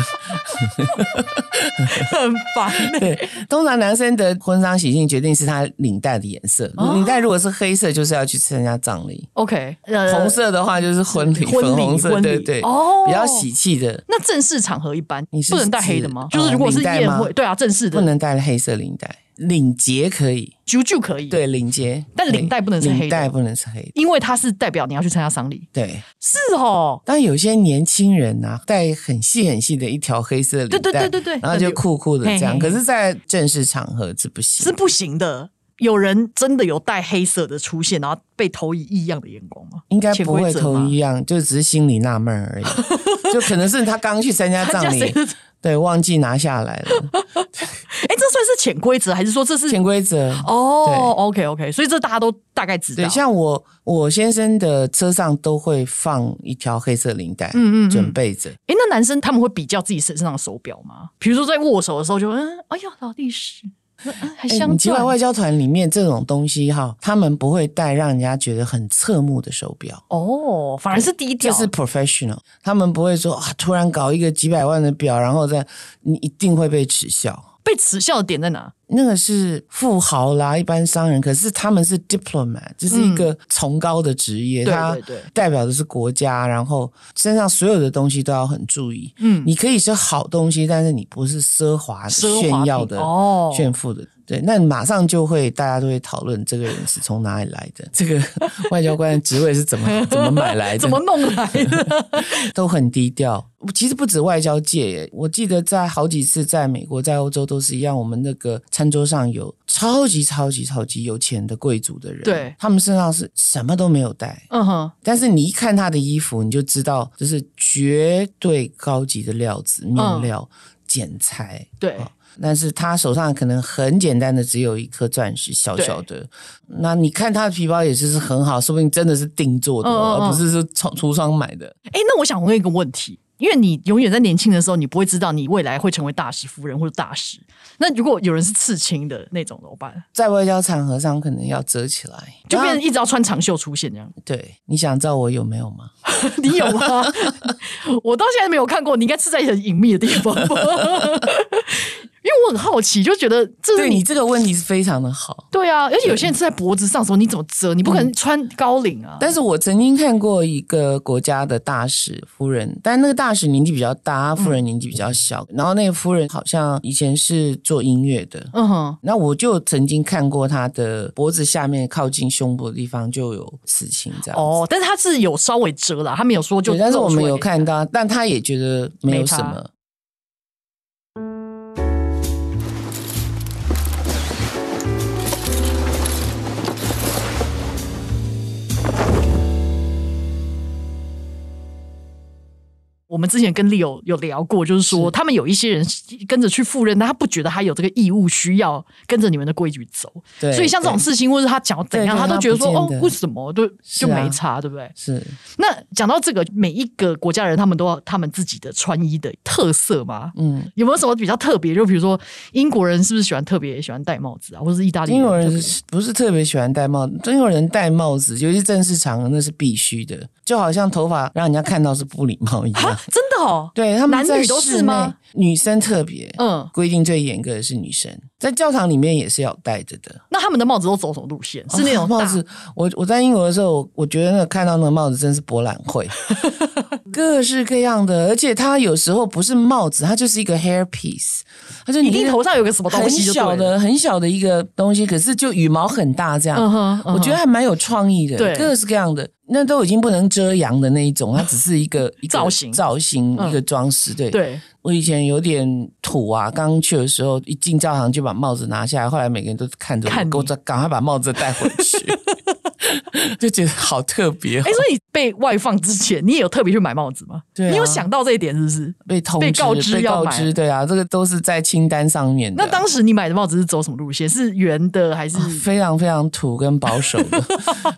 Speaker 5: 很烦、欸。
Speaker 4: 对，通常男生的婚丧喜庆决定是他领带的颜色，
Speaker 5: 哦
Speaker 4: 领带如果是黑色，就是要去参加葬礼。
Speaker 5: OK，呃
Speaker 4: 红色的话就是婚礼，
Speaker 5: 婚礼
Speaker 4: 粉红色，
Speaker 5: 婚礼
Speaker 4: 对对，
Speaker 5: 哦
Speaker 4: 比较喜气的，
Speaker 5: 那正式场合一般
Speaker 4: 你是
Speaker 5: 不能戴黑的吗？
Speaker 4: 指哦
Speaker 5: 就是如果是
Speaker 4: 领带
Speaker 5: 宴
Speaker 4: 吗
Speaker 5: 会，对啊，正式
Speaker 4: 不
Speaker 5: 的
Speaker 4: 能戴黑色领带，领结可以，
Speaker 5: 啾啾可以，，
Speaker 4: 对领结，
Speaker 5: 但领带不能是黑的
Speaker 4: 领带不能是黑的，
Speaker 5: 因为它是代表你要去参加丧礼。
Speaker 4: 对。
Speaker 5: 是哦，
Speaker 4: 但有些年轻人啊，戴很细很细的一条黑色领带，
Speaker 5: 对对对对对
Speaker 4: 然后就酷酷的这样。
Speaker 5: 嘿啊嘿嘿
Speaker 4: 可是，在正式场合是不行
Speaker 5: 是
Speaker 4: 的，
Speaker 5: 不行的。有人真的有戴黑色的出现，然后被投以异样的眼光吗？
Speaker 4: 应该
Speaker 5: 潜
Speaker 4: 不
Speaker 5: 规
Speaker 4: 会
Speaker 5: 则
Speaker 4: 同
Speaker 5: 吗
Speaker 4: 一样，就只是心里纳闷而 已。就可能是他刚去参加
Speaker 5: 参
Speaker 4: 葬
Speaker 5: 加谁
Speaker 4: 礼
Speaker 5: 的，？
Speaker 4: 对，忘记拿下来 了，
Speaker 5: 哎，这算是潜规则，还是说这是
Speaker 4: 潜规则。
Speaker 5: 哦
Speaker 4: 对
Speaker 5: ？OK OK，所以这大家都大概知道
Speaker 4: 对，。像我我先生的车上都会放一条黑色领带，
Speaker 5: 嗯嗯嗯
Speaker 4: 准备着。
Speaker 5: 哎，那男生他们会比较自己身上的手表吗？比如说在握手的时候就，嗯，哎呀，劳力士，嗯还
Speaker 4: 哎，
Speaker 5: 镶
Speaker 4: 你奇怪，
Speaker 5: 钻
Speaker 4: 外交团里面这种东西哈，他们不会戴让人家觉得很侧目的手表。
Speaker 5: 哦，反而是低
Speaker 4: 这
Speaker 5: 调，
Speaker 4: 是 professional，他们不会说啊，突然搞一个几百万的表，然后再你一定会被耻笑。
Speaker 5: 被耻笑的点在哪？
Speaker 4: 那个是富豪啦，一般商人，可是他们是 diplomat，这是一个崇高的职业，
Speaker 5: 嗯对
Speaker 4: 他
Speaker 5: 对对
Speaker 4: 代表的是国家，然后身上所有的东西都要很注意。
Speaker 5: 嗯
Speaker 4: 你可以是好东西，但是你不是奢华的、
Speaker 5: 奢华品
Speaker 4: 炫耀的、
Speaker 5: 哦
Speaker 4: 炫富的。对，那你马上就会，大家都会讨论这个人是从哪里来的，这个 外交官的职位是怎 么怎么买来的，
Speaker 5: 怎么弄来的？
Speaker 4: 都很低调。其实不止外交界耶，我记得在好几次在美国、在欧洲都是一样，我们那个餐桌上有超级超级超级有钱的贵族的人，
Speaker 5: 对
Speaker 4: 他们身上是什么都没有带。
Speaker 5: 嗯哼，
Speaker 4: 但是你一看他的衣服，你就知道这是绝对高级的料子、面料、剪裁。
Speaker 5: 嗯对
Speaker 4: 哦但是他手上可能很简单的只有一颗钻石，小小的。那你看他的皮包也是是很好，说不定真的是定做的哦，
Speaker 5: 嗯嗯嗯
Speaker 4: 而不是是从橱窗买的。
Speaker 5: 哎，那我想问一个问题，因为你永远在年轻的时候，你不会知道你未来会成为大使夫人或者大使。那如果有人是刺青的那种怎么办？
Speaker 4: 在外交场合上可能要遮起来，
Speaker 5: 就变
Speaker 4: 然
Speaker 5: 成
Speaker 4: 后
Speaker 5: 一直要穿长袖出现这样？
Speaker 4: 对。你想知道我有没有吗？
Speaker 5: 你有吗？ 我到现在没有看过，你应该是在很隐秘的地方吧？ 因为我很好奇，就觉得这是
Speaker 4: 对
Speaker 5: 你
Speaker 4: 你这个问题是非常的好。
Speaker 5: 对啊，而且有些人是在脖子上的时候，你怎么遮？你不可能穿高领啊。
Speaker 4: 但是我曾经看过一个国家的大使夫人，但那个大使年纪比较大，夫人
Speaker 5: 嗯
Speaker 4: 年纪比较小。然后那个夫人好像以前是做音乐的，
Speaker 5: 嗯哼，
Speaker 4: 那我就曾经看过她的脖子下面靠近胸部的地方就有刺青这样。哦，
Speaker 5: 哦，但是他是有稍微遮啦，他没有说就
Speaker 4: 对，但是我们
Speaker 5: 露出来
Speaker 4: 有看到，但她也觉得没有
Speaker 5: 没差
Speaker 4: 什么。
Speaker 5: 我们之前跟 Leo 有聊过，就是说
Speaker 4: 是
Speaker 5: 他们有一些人跟着去赴任，但他不觉得他有这个义务需要跟着你们的规矩走，
Speaker 4: 对，
Speaker 5: 所以像这种
Speaker 4: 对
Speaker 5: 事情或者他讲怎样，
Speaker 4: 对对
Speaker 5: 他都觉得说
Speaker 4: 他
Speaker 5: 哦
Speaker 4: 不见得
Speaker 5: 为什么就就是
Speaker 4: 啊
Speaker 5: 没差，对不对？
Speaker 4: 是
Speaker 5: 那讲到这个，每一个国家人他们都有他们自己的穿衣的特色嘛，
Speaker 4: 嗯，
Speaker 5: 有没有什么比较特别？就比如说英国人是不是喜欢特别喜欢戴帽子啊，或者是意大利
Speaker 4: 英国
Speaker 5: 特别
Speaker 4: 人是不是特别喜欢戴帽子，英国人戴帽子，尤其正式场合那是必须的，就好像头发让人家看到是不礼貌一样
Speaker 5: 啊。，真的哦，
Speaker 4: 对他们
Speaker 5: 男
Speaker 4: 在
Speaker 5: 女都
Speaker 4: 室
Speaker 5: 是吗？
Speaker 4: 内？女生特别，
Speaker 5: 嗯，
Speaker 4: 规定最严格的是女生，在教堂里面也是要戴着的。
Speaker 5: 那他们的帽子都走什么路线？是那种
Speaker 4: 哦帽
Speaker 5: 大
Speaker 4: 子，我我在英国的时候，我觉得那个看到那个帽子真是博览 会，各式各样的，而且它有时候不是帽子，它就是一个 hair piece，它就你
Speaker 5: 一定头上有个什么东
Speaker 4: 很
Speaker 5: 西就对了
Speaker 4: 小的很小的一个东西，可是就羽毛很大这样，
Speaker 5: 嗯哼嗯哼
Speaker 4: 我觉得还蛮有创意的，
Speaker 5: 对
Speaker 4: 各式各样的，那都已经不能遮阳的那一种，它只是一 个一个
Speaker 5: 造型
Speaker 4: 造型、
Speaker 5: 嗯
Speaker 4: 一个装饰，对。
Speaker 5: 对，
Speaker 4: 我以前有点土啊，刚去的时候一进教堂就把帽子拿下来，后来每个人都看着
Speaker 5: 看你
Speaker 4: 我，我赶快把帽子带回去， 就觉得好特别、哦
Speaker 5: 哎、所以你被外放之前，你也有特别去买帽子吗？
Speaker 4: 对啊啊
Speaker 5: 你有想到这一点是不是？
Speaker 4: 被通
Speaker 5: 被
Speaker 4: 知、
Speaker 5: 告知要
Speaker 4: 告知
Speaker 5: 买
Speaker 4: 对啊，这个都是在清单上面的。啊
Speaker 5: 那当时你买的帽子是走什么路线？是圆的还是？
Speaker 4: 非常非常土跟保守 的，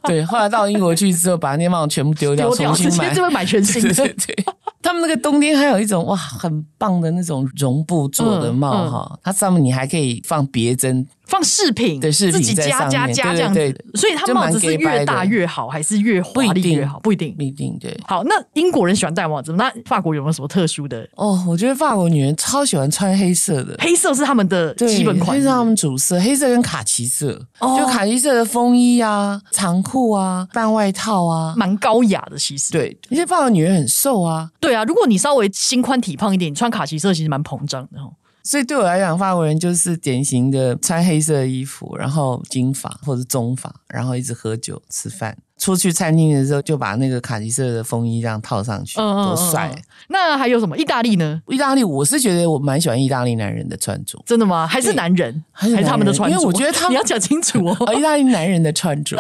Speaker 4: 对。后来到英国去之后，把那些帽子全部丢掉，
Speaker 5: 丢掉
Speaker 4: 重新
Speaker 5: 直接
Speaker 4: 买
Speaker 5: 就。会买全新
Speaker 4: 对
Speaker 5: 的
Speaker 4: 对对，他们那个冬天还有一种哇，很棒的那种绒布做的帽
Speaker 5: 嗯嗯
Speaker 4: 哈，它上面你还可以放别针，
Speaker 5: 放饰品，
Speaker 4: 对饰品
Speaker 5: 自己
Speaker 4: 在
Speaker 5: 加
Speaker 4: 上
Speaker 5: 加
Speaker 4: 面
Speaker 5: 加
Speaker 4: 对
Speaker 5: 这样子，
Speaker 4: 对对
Speaker 5: 所以它
Speaker 4: 就
Speaker 5: 帽
Speaker 4: 蛮
Speaker 5: 子是
Speaker 4: gay 掰
Speaker 5: 越
Speaker 4: 的
Speaker 5: 大越好，还是越华
Speaker 4: 不一
Speaker 5: 丽
Speaker 4: 定
Speaker 5: 越好？不一定。
Speaker 4: 不一定对。
Speaker 5: 好，那英国人喜欢戴帽子，那法国有没有什么特殊的？
Speaker 4: 哦，我觉得法国女人超喜欢穿黑色的，
Speaker 5: 黑色是他们的
Speaker 4: 对
Speaker 5: 基本款，
Speaker 4: 黑色是他们主色，黑色跟卡其色，就卡其色的风衣啊、长裤啊、半外套啊，
Speaker 5: 蛮高雅的。其实，
Speaker 4: 对，因为法国女人很瘦啊，
Speaker 5: 对啊，如果你稍微心宽体胖一点，你穿卡其色其实蛮膨胀的哦。
Speaker 4: 所以对我来讲，法国人就是典型的穿黑色衣服，然后金发或者棕发，然后一直喝酒吃饭。出去餐厅的时候，就把那个卡其色的风衣这样套上去，
Speaker 5: 嗯嗯嗯
Speaker 4: 多
Speaker 5: 嗯
Speaker 4: 帅！
Speaker 5: 那还有什么？意大利呢？
Speaker 4: 意大利，我是觉得我蛮喜欢意大利男人的穿 着，
Speaker 5: 真的吗？还是男人？
Speaker 4: 还是
Speaker 5: 他们
Speaker 4: 男
Speaker 5: 的
Speaker 4: 人
Speaker 5: 穿着？
Speaker 4: 因为我觉得他们
Speaker 5: 你要讲清楚
Speaker 4: 啊，
Speaker 5: 哦。
Speaker 4: 意大利男人的穿着，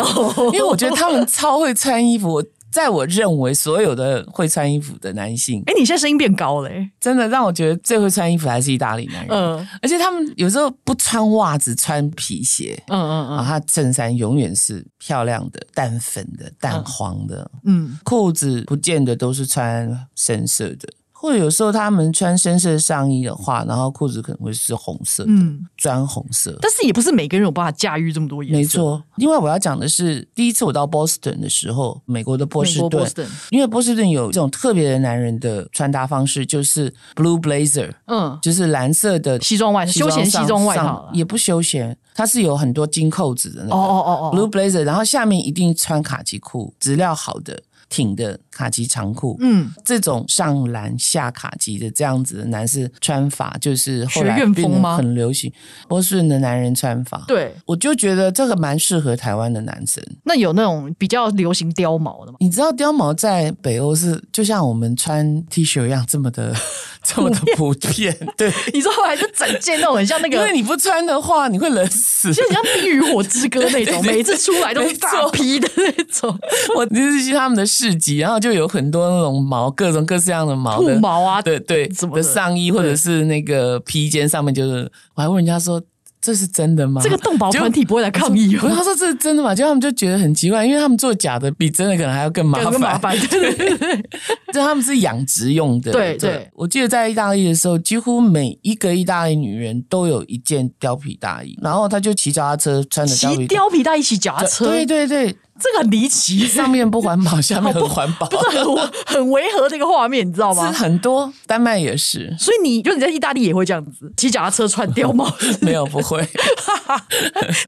Speaker 4: 因为我觉得他们超会穿衣服。我在我认为，所有的会穿衣服的男性，
Speaker 5: 哎，你现在声音变高了欸。
Speaker 4: 真的让我觉得最会穿衣服还是意大利男人。
Speaker 5: 嗯
Speaker 4: 而且他们有时候不穿袜子，穿皮鞋。
Speaker 5: 嗯嗯
Speaker 4: 啊，他衬衫永远是漂亮的、淡粉的、淡黄的，
Speaker 5: 嗯
Speaker 4: 裤子不见得都是穿深色的，或者有时候他们穿深色上衣的话，然后裤子可能会是红色的，
Speaker 5: 嗯，
Speaker 4: 砖红色。
Speaker 5: 但是也不是每个人有办法驾驭这么多颜色。
Speaker 4: 没，错，另外我要讲的是，第一次我到波士顿的时候，美国的波
Speaker 5: 美
Speaker 4: 士
Speaker 5: 国
Speaker 4: 顿
Speaker 5: 波，士顿，
Speaker 4: 因为波士顿有一种特别的男人的穿搭方式，就是 blue blazer，
Speaker 5: 嗯，
Speaker 4: 就是蓝色的
Speaker 5: 西装外套，休闲西
Speaker 4: 上
Speaker 5: 装外套
Speaker 4: 上
Speaker 5: 啊。
Speaker 4: 也不休闲，它是有很多金扣子的那
Speaker 5: 哦
Speaker 4: 种。
Speaker 5: 哦哦哦
Speaker 4: blue blazer，然后下面一定穿卡其裤，质料好的、挺的卡其长裤。
Speaker 5: 嗯，
Speaker 4: 这种上蓝下卡其的这样子的男士穿法，就是后
Speaker 5: 学
Speaker 4: 来
Speaker 5: 院
Speaker 4: 变
Speaker 5: 风
Speaker 4: 得
Speaker 5: 吗
Speaker 4: 很流行，波士顿的男人穿法。，
Speaker 5: 对。
Speaker 4: 我就觉得这个蛮适合台湾的男生。
Speaker 5: 那有那种比较流行貂 毛的吗？
Speaker 4: 你知道貂毛在北欧是就像我们穿 T 恤一样这么的 这么的普遍，对，
Speaker 5: 你知道还是整件那种很像那
Speaker 4: 因
Speaker 5: 个，
Speaker 4: 为你不穿的话你会冷死。
Speaker 5: 就很像《地狱火之歌》那种，每一次出来都是大批的那种
Speaker 4: 我就是去他们的市集，然后就有很多那种毛，各种各式样的毛
Speaker 5: 兔
Speaker 4: 的
Speaker 5: 毛啊，
Speaker 4: 对对
Speaker 5: 什么
Speaker 4: 的
Speaker 5: 的
Speaker 4: 上衣或者是那个披肩上面就是，我还问人家说这是真的吗？
Speaker 5: 这个动保
Speaker 4: 结果
Speaker 5: 团体不会来抗议
Speaker 4: 不是他
Speaker 5: 哦，
Speaker 4: 说这是真的吗？就他们就觉得很奇怪，因为他们做假的比真的可能还要更麻
Speaker 5: 更
Speaker 4: 烦。
Speaker 5: 麻烦，对对 对，
Speaker 4: 这他们是养殖用的。
Speaker 5: 对对
Speaker 4: 我记得在意大利的时候，几乎每一个意大利女人都有一件貂皮大衣，然后她就骑脚踏车穿着
Speaker 5: 骑
Speaker 4: 貂皮大
Speaker 5: 貂皮带一起脚踏
Speaker 4: 衣，
Speaker 5: 车，
Speaker 4: 对对对，
Speaker 5: 这个很离奇，
Speaker 4: 上面不环保，下面很环保，
Speaker 5: 哦不是很很违和的一个画面，你知道
Speaker 4: 是
Speaker 5: 吗？
Speaker 4: 很多，丹麦也 是。
Speaker 5: 所以你就你在意大利也会这样子，骑脚踏车穿 貂毛，
Speaker 4: 没有不会，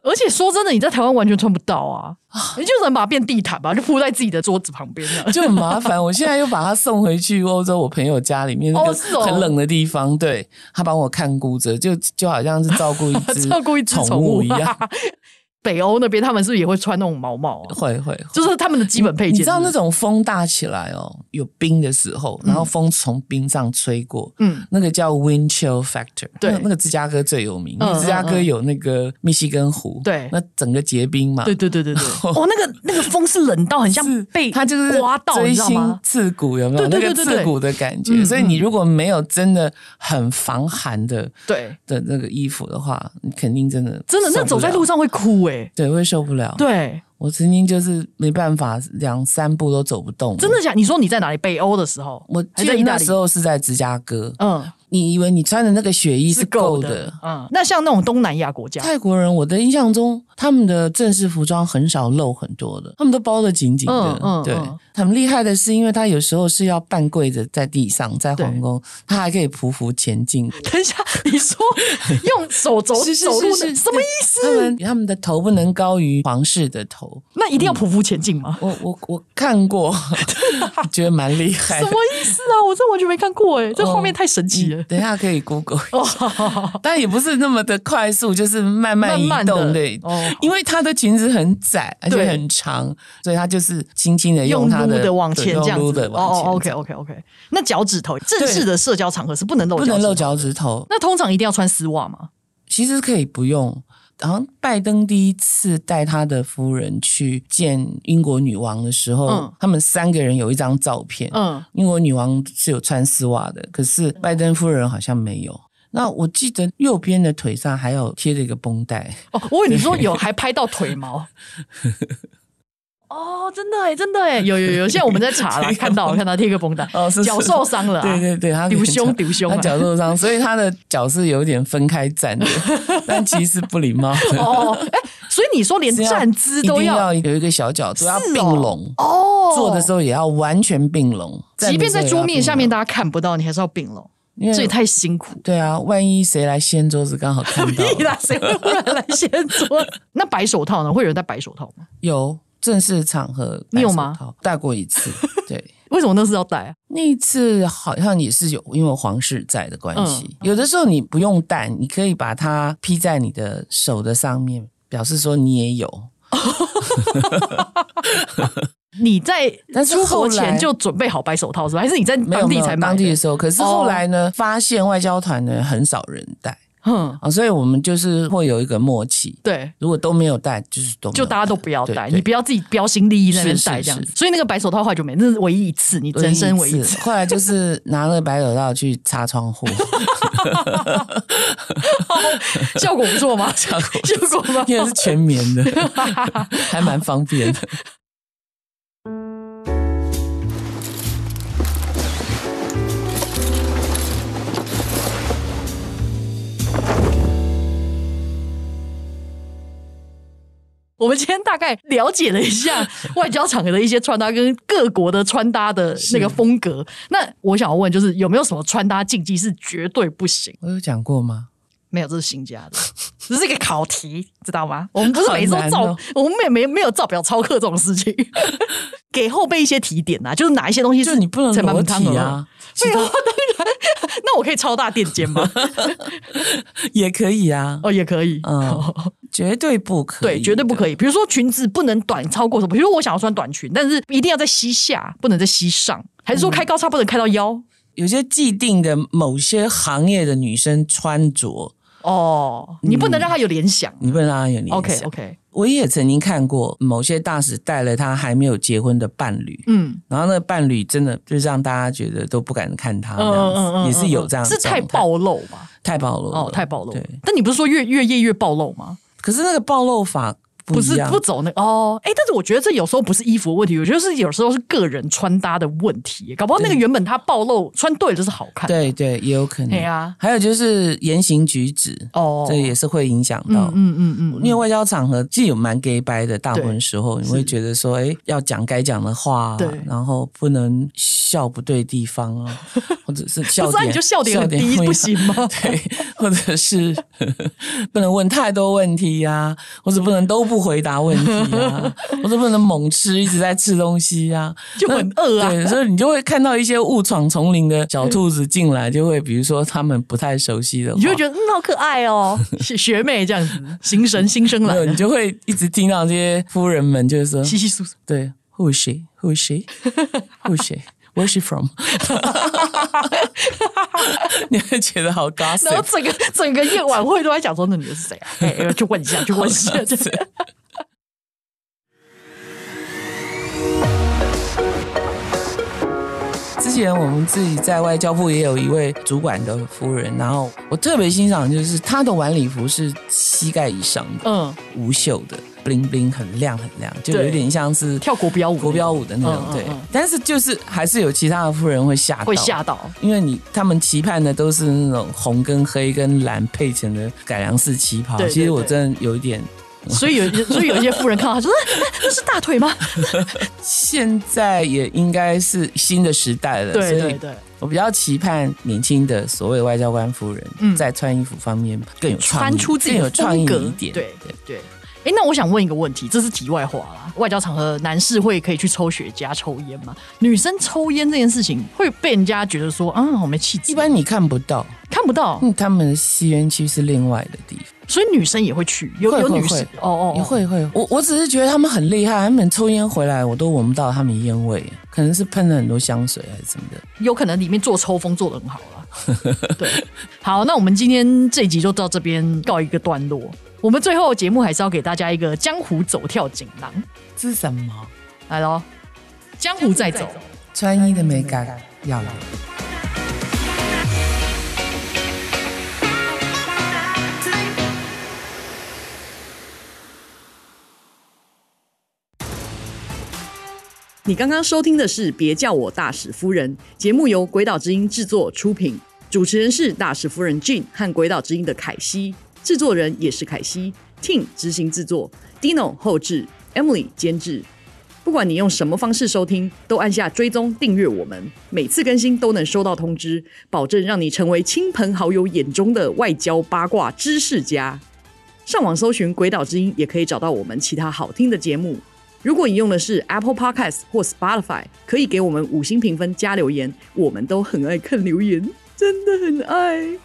Speaker 5: 而且说真的，你在台湾完全穿不到啊，你就只能把它变地毯吧，就铺在自己的桌子旁边了。
Speaker 4: 就很麻烦。我现在又把它送回去欧洲我朋友家里面那
Speaker 5: 哦
Speaker 4: 个
Speaker 5: 是哦
Speaker 4: 很冷的地方，对他帮我看顾着，就就好像是照顾一只
Speaker 5: 照顾一只
Speaker 4: 宠
Speaker 5: 宠物。
Speaker 4: 物一样，
Speaker 5: 啊 北欧那边他们是不是也会穿那种毛毛啊？
Speaker 4: 会会。
Speaker 5: 就是他们的基本配件。
Speaker 4: 你知道那
Speaker 5: 是
Speaker 4: 种风大起来哦，有冰的时候，然后风从冰上吹过，
Speaker 5: 不是嗯，
Speaker 4: 那个叫 wind chill factor，
Speaker 5: 对
Speaker 4: 那那个芝加哥最有名，
Speaker 5: 嗯
Speaker 4: 因为芝加哥有那个密西根湖，
Speaker 5: 对
Speaker 4: 那整个结冰嘛，
Speaker 5: 对对对对对，哦，那个那个风是冷到很像
Speaker 4: 啊是
Speaker 5: 被
Speaker 4: 它就是
Speaker 5: 刮到，你
Speaker 4: 锥
Speaker 5: 知道
Speaker 4: 心
Speaker 5: 吗？
Speaker 4: 刺骨，有没有
Speaker 5: 对对
Speaker 4: 那
Speaker 5: 对
Speaker 4: 个
Speaker 5: 对对
Speaker 4: 刺骨的感
Speaker 5: 嗯
Speaker 4: 觉？所以你如果没有真的很防寒的
Speaker 5: 对，
Speaker 4: 的那个衣服的话，你肯定真的
Speaker 5: 真的，那
Speaker 4: 受不
Speaker 5: 走
Speaker 4: 了
Speaker 5: 在路上会哭哎。
Speaker 4: 对会受不了。，
Speaker 5: 对，
Speaker 4: 我曾经就是没办法，两三步都走不动。
Speaker 5: 真的，假？你说你在哪里？北欧的时候，
Speaker 4: 我
Speaker 5: 还
Speaker 4: 记
Speaker 5: 在
Speaker 4: 得
Speaker 5: 意大
Speaker 4: 那
Speaker 5: 利
Speaker 4: 时，候是在芝加哥，
Speaker 5: 嗯，
Speaker 4: 你以为你穿的那个雪衣是够的？。
Speaker 5: 嗯，那像那种东南亚国家，
Speaker 4: 泰国人，我的印象中，他们的正式服装很少露很多的，他们都包得紧紧的。
Speaker 5: 嗯嗯
Speaker 4: 对
Speaker 5: 嗯，
Speaker 4: 很厉害的是，因为他有时候是要半跪着在地上，在
Speaker 5: 对
Speaker 4: 皇宫，他还可以匍匐前进。
Speaker 5: 等一 下，你说用手走
Speaker 4: 是是
Speaker 5: 走路
Speaker 4: 是是，
Speaker 5: 的什么意思？
Speaker 4: 他们他们的头不能高于皇室的头。
Speaker 5: 那一定要匍匐前进吗？
Speaker 4: 我我我看 过，觉得蛮厉害
Speaker 5: 什
Speaker 4: 的。
Speaker 5: 么意思啊？我这完全没看过哎，这画面
Speaker 4: 嗯
Speaker 5: 太神奇了
Speaker 4: 你。等一下可以 Google，
Speaker 5: 哦，好好好好
Speaker 4: 但也不是那么的快速，就是慢慢移
Speaker 5: 慢慢
Speaker 4: 动，
Speaker 5: 的
Speaker 4: 对。
Speaker 5: 哦
Speaker 4: 因为她的裙子很窄，而
Speaker 5: 对
Speaker 4: 且很长，所以她就是轻轻的
Speaker 5: 用
Speaker 4: 她
Speaker 5: 撸
Speaker 4: 的
Speaker 5: 的往前这
Speaker 4: 对
Speaker 5: 样
Speaker 4: 用撸
Speaker 5: 子
Speaker 4: 的。往前
Speaker 5: 哦
Speaker 4: 这样。
Speaker 5: ，OK OK OK。那脚趾头，正式的社交场合是不能露，
Speaker 4: 不能露。脚趾头，
Speaker 5: 那通常一定要穿丝袜吗？
Speaker 4: 其实可以不用。好像拜登第一次带他的夫人去见英国女王的时候，
Speaker 5: 嗯
Speaker 4: 他们三个人有一张照片。
Speaker 5: 嗯，
Speaker 4: 英国女王是有穿丝袜的，可是拜登夫人好像没有。那我记得右边的腿上还有贴着一个绷带，
Speaker 5: 哦，我以为你说有还拍到腿毛， 哦，真的哎，真的哎，有有有，现在我们在查 了，看到了看到贴个绷带
Speaker 4: 哦，是，是
Speaker 5: 脚受伤了啊，
Speaker 4: 对对对，他
Speaker 5: 丢胸丢胸
Speaker 4: 他
Speaker 5: 啊，
Speaker 4: 脚受伤，所以他的脚是有点分开站 的，但其实不礼貌的。
Speaker 5: 哦，哎，所以你说连
Speaker 4: 是要
Speaker 5: 站姿
Speaker 4: 一
Speaker 5: 都
Speaker 4: 定
Speaker 5: 要
Speaker 4: 要有一个小角度，要
Speaker 5: 是哦
Speaker 4: 并拢，
Speaker 5: 哦，
Speaker 4: 坐的时候也要完全并拢，
Speaker 5: 即便在
Speaker 4: 站的时候也要
Speaker 5: 桌面下
Speaker 4: 并拢，
Speaker 5: 面大家看不到，你还是要并拢，
Speaker 4: 因为
Speaker 5: 这也太辛苦。
Speaker 4: 对啊，万一谁来掀桌子刚好看到，
Speaker 5: 屁啦，谁会忽然来先做？那白手套呢？会有人戴白手套吗？
Speaker 4: 有正式场合，
Speaker 5: 你有吗？
Speaker 4: 戴过一次，对。
Speaker 5: 为什么那是要戴啊？
Speaker 4: 那一次好像也是有，因为皇室在的关系，
Speaker 5: 嗯
Speaker 4: 有的时候你不用戴，你可以把它披在你的手的上面，表示说你也有。
Speaker 5: 你在
Speaker 4: 但是
Speaker 5: 出
Speaker 4: 后
Speaker 5: 国
Speaker 4: 来
Speaker 5: 前就准备好白手套是吧？还是你在
Speaker 4: 没有
Speaker 5: 当
Speaker 4: 没
Speaker 5: 地
Speaker 4: 有
Speaker 5: 才买的？哦
Speaker 4: 当地的时候，可是后来呢，发现外交团呢很少人戴
Speaker 5: 嗯，
Speaker 4: 啊、所以我们就是会有一个默契，
Speaker 5: 对，
Speaker 4: 如果都没有戴，就是都没有
Speaker 5: 就大家都不要
Speaker 4: 对
Speaker 5: 戴，
Speaker 4: 嗯对
Speaker 5: 你不要自己标新立异在那边
Speaker 4: 是是
Speaker 5: 戴这样子
Speaker 4: 是。
Speaker 5: 所以那个白手套后来就没，那是唯一一次，你
Speaker 4: 唯一
Speaker 5: 人生唯一一
Speaker 4: 一
Speaker 5: 次
Speaker 4: 次。。后来就是拿了白手套去擦窗 户，
Speaker 5: 效果不错吗？效果效果吗？
Speaker 4: 因为是全棉的，还蛮方便的。
Speaker 5: 我们今天大概了解了 一下外交场合的一些穿搭跟各国的穿搭的那个风格。那我想要问，就是有没有什么穿搭禁忌是绝对不行？
Speaker 4: 我有讲过吗？
Speaker 5: 没有，这是新加的，这是一个考题，知道吗？我们不是每次
Speaker 4: 好
Speaker 5: 都
Speaker 4: 难
Speaker 5: 照，
Speaker 4: 哦
Speaker 5: 我们也没没有照表操课这种事情， 给后辈一些提点呐、啊，就是哪一些东西
Speaker 4: 就是你不能
Speaker 5: 才蛮
Speaker 4: 裸
Speaker 5: 不汤
Speaker 4: 体
Speaker 5: 的
Speaker 4: 啊。，
Speaker 5: 废话，当然， 那我可以超大垫肩吗？
Speaker 4: 也可以啊，
Speaker 5: 哦，也可以，
Speaker 4: 嗯，绝对不可以，
Speaker 5: 哦对，绝对不可
Speaker 4: 以。
Speaker 5: 以。比如说裙子不能短超过什么，比如说我想要穿短裙，但是一定要在膝下，不能在膝上，
Speaker 4: 嗯
Speaker 5: 还是说开高叉不能开到腰？
Speaker 4: 有些既定的某些行业的女生穿着，
Speaker 5: 哦，你不
Speaker 4: 嗯
Speaker 5: 能让它有联想。
Speaker 4: 你不能让她有联想。
Speaker 5: OK OK，
Speaker 4: 我也曾经看过某些大使带了她还没有结婚的伴侣，
Speaker 5: 嗯，
Speaker 4: 然后那个伴侣真的就让大家觉得都不敢看
Speaker 5: 嗯
Speaker 4: 她，这样子、也是有这样的
Speaker 5: 是太
Speaker 4: 状态
Speaker 5: 暴露嘛？
Speaker 4: 太暴露了
Speaker 5: 哦，太暴露
Speaker 4: 对，。
Speaker 5: 但你不是说越越夜越暴露吗？
Speaker 4: 可是那个暴露法不
Speaker 5: 不
Speaker 4: 一
Speaker 5: 是
Speaker 4: 样
Speaker 5: 不走那个哦，哎，但是我觉得这有时候不是衣服的问题，我觉得是有时候是个人穿搭的问题，搞不好那个原本它暴露穿对了就是好看。
Speaker 4: 对对，也有可能。
Speaker 5: 对啊
Speaker 4: 还有就是言行举止，
Speaker 5: 哦，
Speaker 4: 这也是会影响到。
Speaker 5: 嗯嗯嗯
Speaker 4: 因为外交场合既有蛮 gay 掰的，大部分时候你会觉得说，哎，要讲该讲的话啊
Speaker 5: 对，
Speaker 4: 然后不能笑不对地方 啊，或者是笑
Speaker 5: 不是啊
Speaker 4: 点，
Speaker 5: 你就笑点很低
Speaker 4: 一样
Speaker 5: 不行吗
Speaker 4: 对，或者是 不能问太多问题呀、或者不能都不回答问题 啊，或者不能猛吃，一直在吃东西呀、
Speaker 5: 就很饿啊
Speaker 4: 对，所以你就会看到一些误闯丛林的小兔子进来，就会比如说他们不太熟悉的话，
Speaker 5: 你就会觉得嗯好可爱哦， 学学妹这样子，新生新生来
Speaker 4: 没有，你
Speaker 5: 了，
Speaker 4: 就会一直听到这些夫人们就是说，
Speaker 5: 稀稀 疏疏。
Speaker 4: 对，Who is she? Who is she? Who is she? Where is she from? 你会觉得好
Speaker 5: 然后
Speaker 4: gossip。
Speaker 5: 整个整个夜晚会都在讲说，那女的 是谁啊？哎、去问一下，去问一下。就是
Speaker 4: 之前我们自己在外交部也有一位主管的夫人，然后我特别欣赏就是她的晚礼服是膝盖以上的，
Speaker 5: 嗯，
Speaker 4: 无袖的，bling bling 很亮很亮，就
Speaker 5: 对
Speaker 4: 有点像是
Speaker 5: 跳国标舞那种
Speaker 4: 国标舞的那种
Speaker 5: 嗯。嗯
Speaker 4: 对
Speaker 5: 嗯，
Speaker 4: 但是就是还是有其他的夫人会吓到，
Speaker 5: 会吓到。
Speaker 4: 因为你他们期盼的都是那种红跟黑跟蓝配成的改良式旗袍，
Speaker 5: 对对
Speaker 4: 其实我真的有一点。
Speaker 5: 所以有所以有一些富人看到他说， 那那是大腿吗？
Speaker 4: 现在也应该是新的时代了，
Speaker 5: 对
Speaker 4: 所
Speaker 5: 对
Speaker 4: 以
Speaker 5: 对，
Speaker 4: 我比较期盼年轻的所谓外交官夫人，
Speaker 5: 嗯
Speaker 4: 在穿衣服方面更有创意
Speaker 5: 穿出自己
Speaker 4: 更有
Speaker 5: 的
Speaker 4: 创意
Speaker 5: 风格
Speaker 4: 一点。
Speaker 5: 对对对。哎，那我想问一个问题，这是题外话啦。外交场合，男士会可以去抽雪茄、抽烟吗？女生抽烟这件事情会被人家觉得说啊，好没气质，
Speaker 4: 一般你看不到，
Speaker 5: 看不到。
Speaker 4: 嗯，他们的吸烟区是另外的地方。
Speaker 5: 所以女生也会去，有
Speaker 4: 会
Speaker 5: 有
Speaker 4: 会
Speaker 5: 女生
Speaker 4: 会
Speaker 5: 哦哦，
Speaker 4: 也
Speaker 5: 哦
Speaker 4: 会会，我我只是觉得他们很厉害，他们抽烟回来我都闻不到他们烟味，可能是喷了很多香水还是什么的。
Speaker 5: 有可能里面做抽风做得很好了。 对，好，那我们今天这一集就到这边告一个段落。我们最后节目还是要给大家一个江湖走跳锦囊，
Speaker 4: 这是什么？
Speaker 5: 来喽，江湖再走。
Speaker 4: 穿衣的美感要有。
Speaker 5: 你刚刚收听的是《别叫我大使夫人》节目，由鬼岛之音制作出品，主持人是大使夫人 Jin 和鬼岛之音的凯西，制作人也是凯西，Tim 执行制作，Dino 后制，Emily 监制。不管你用什么方式收听，都按下追踪订阅我们，每次更新都能收到通知，保证让你成为亲朋好友眼中的外交八卦知识家。上网搜寻《鬼岛之音》，也可以找到我们其他好听的节目。如果你用的是 Apple Podcast 或 Spotify，可以给我们五星评分加留言，我们都很爱看留言，真的很爱。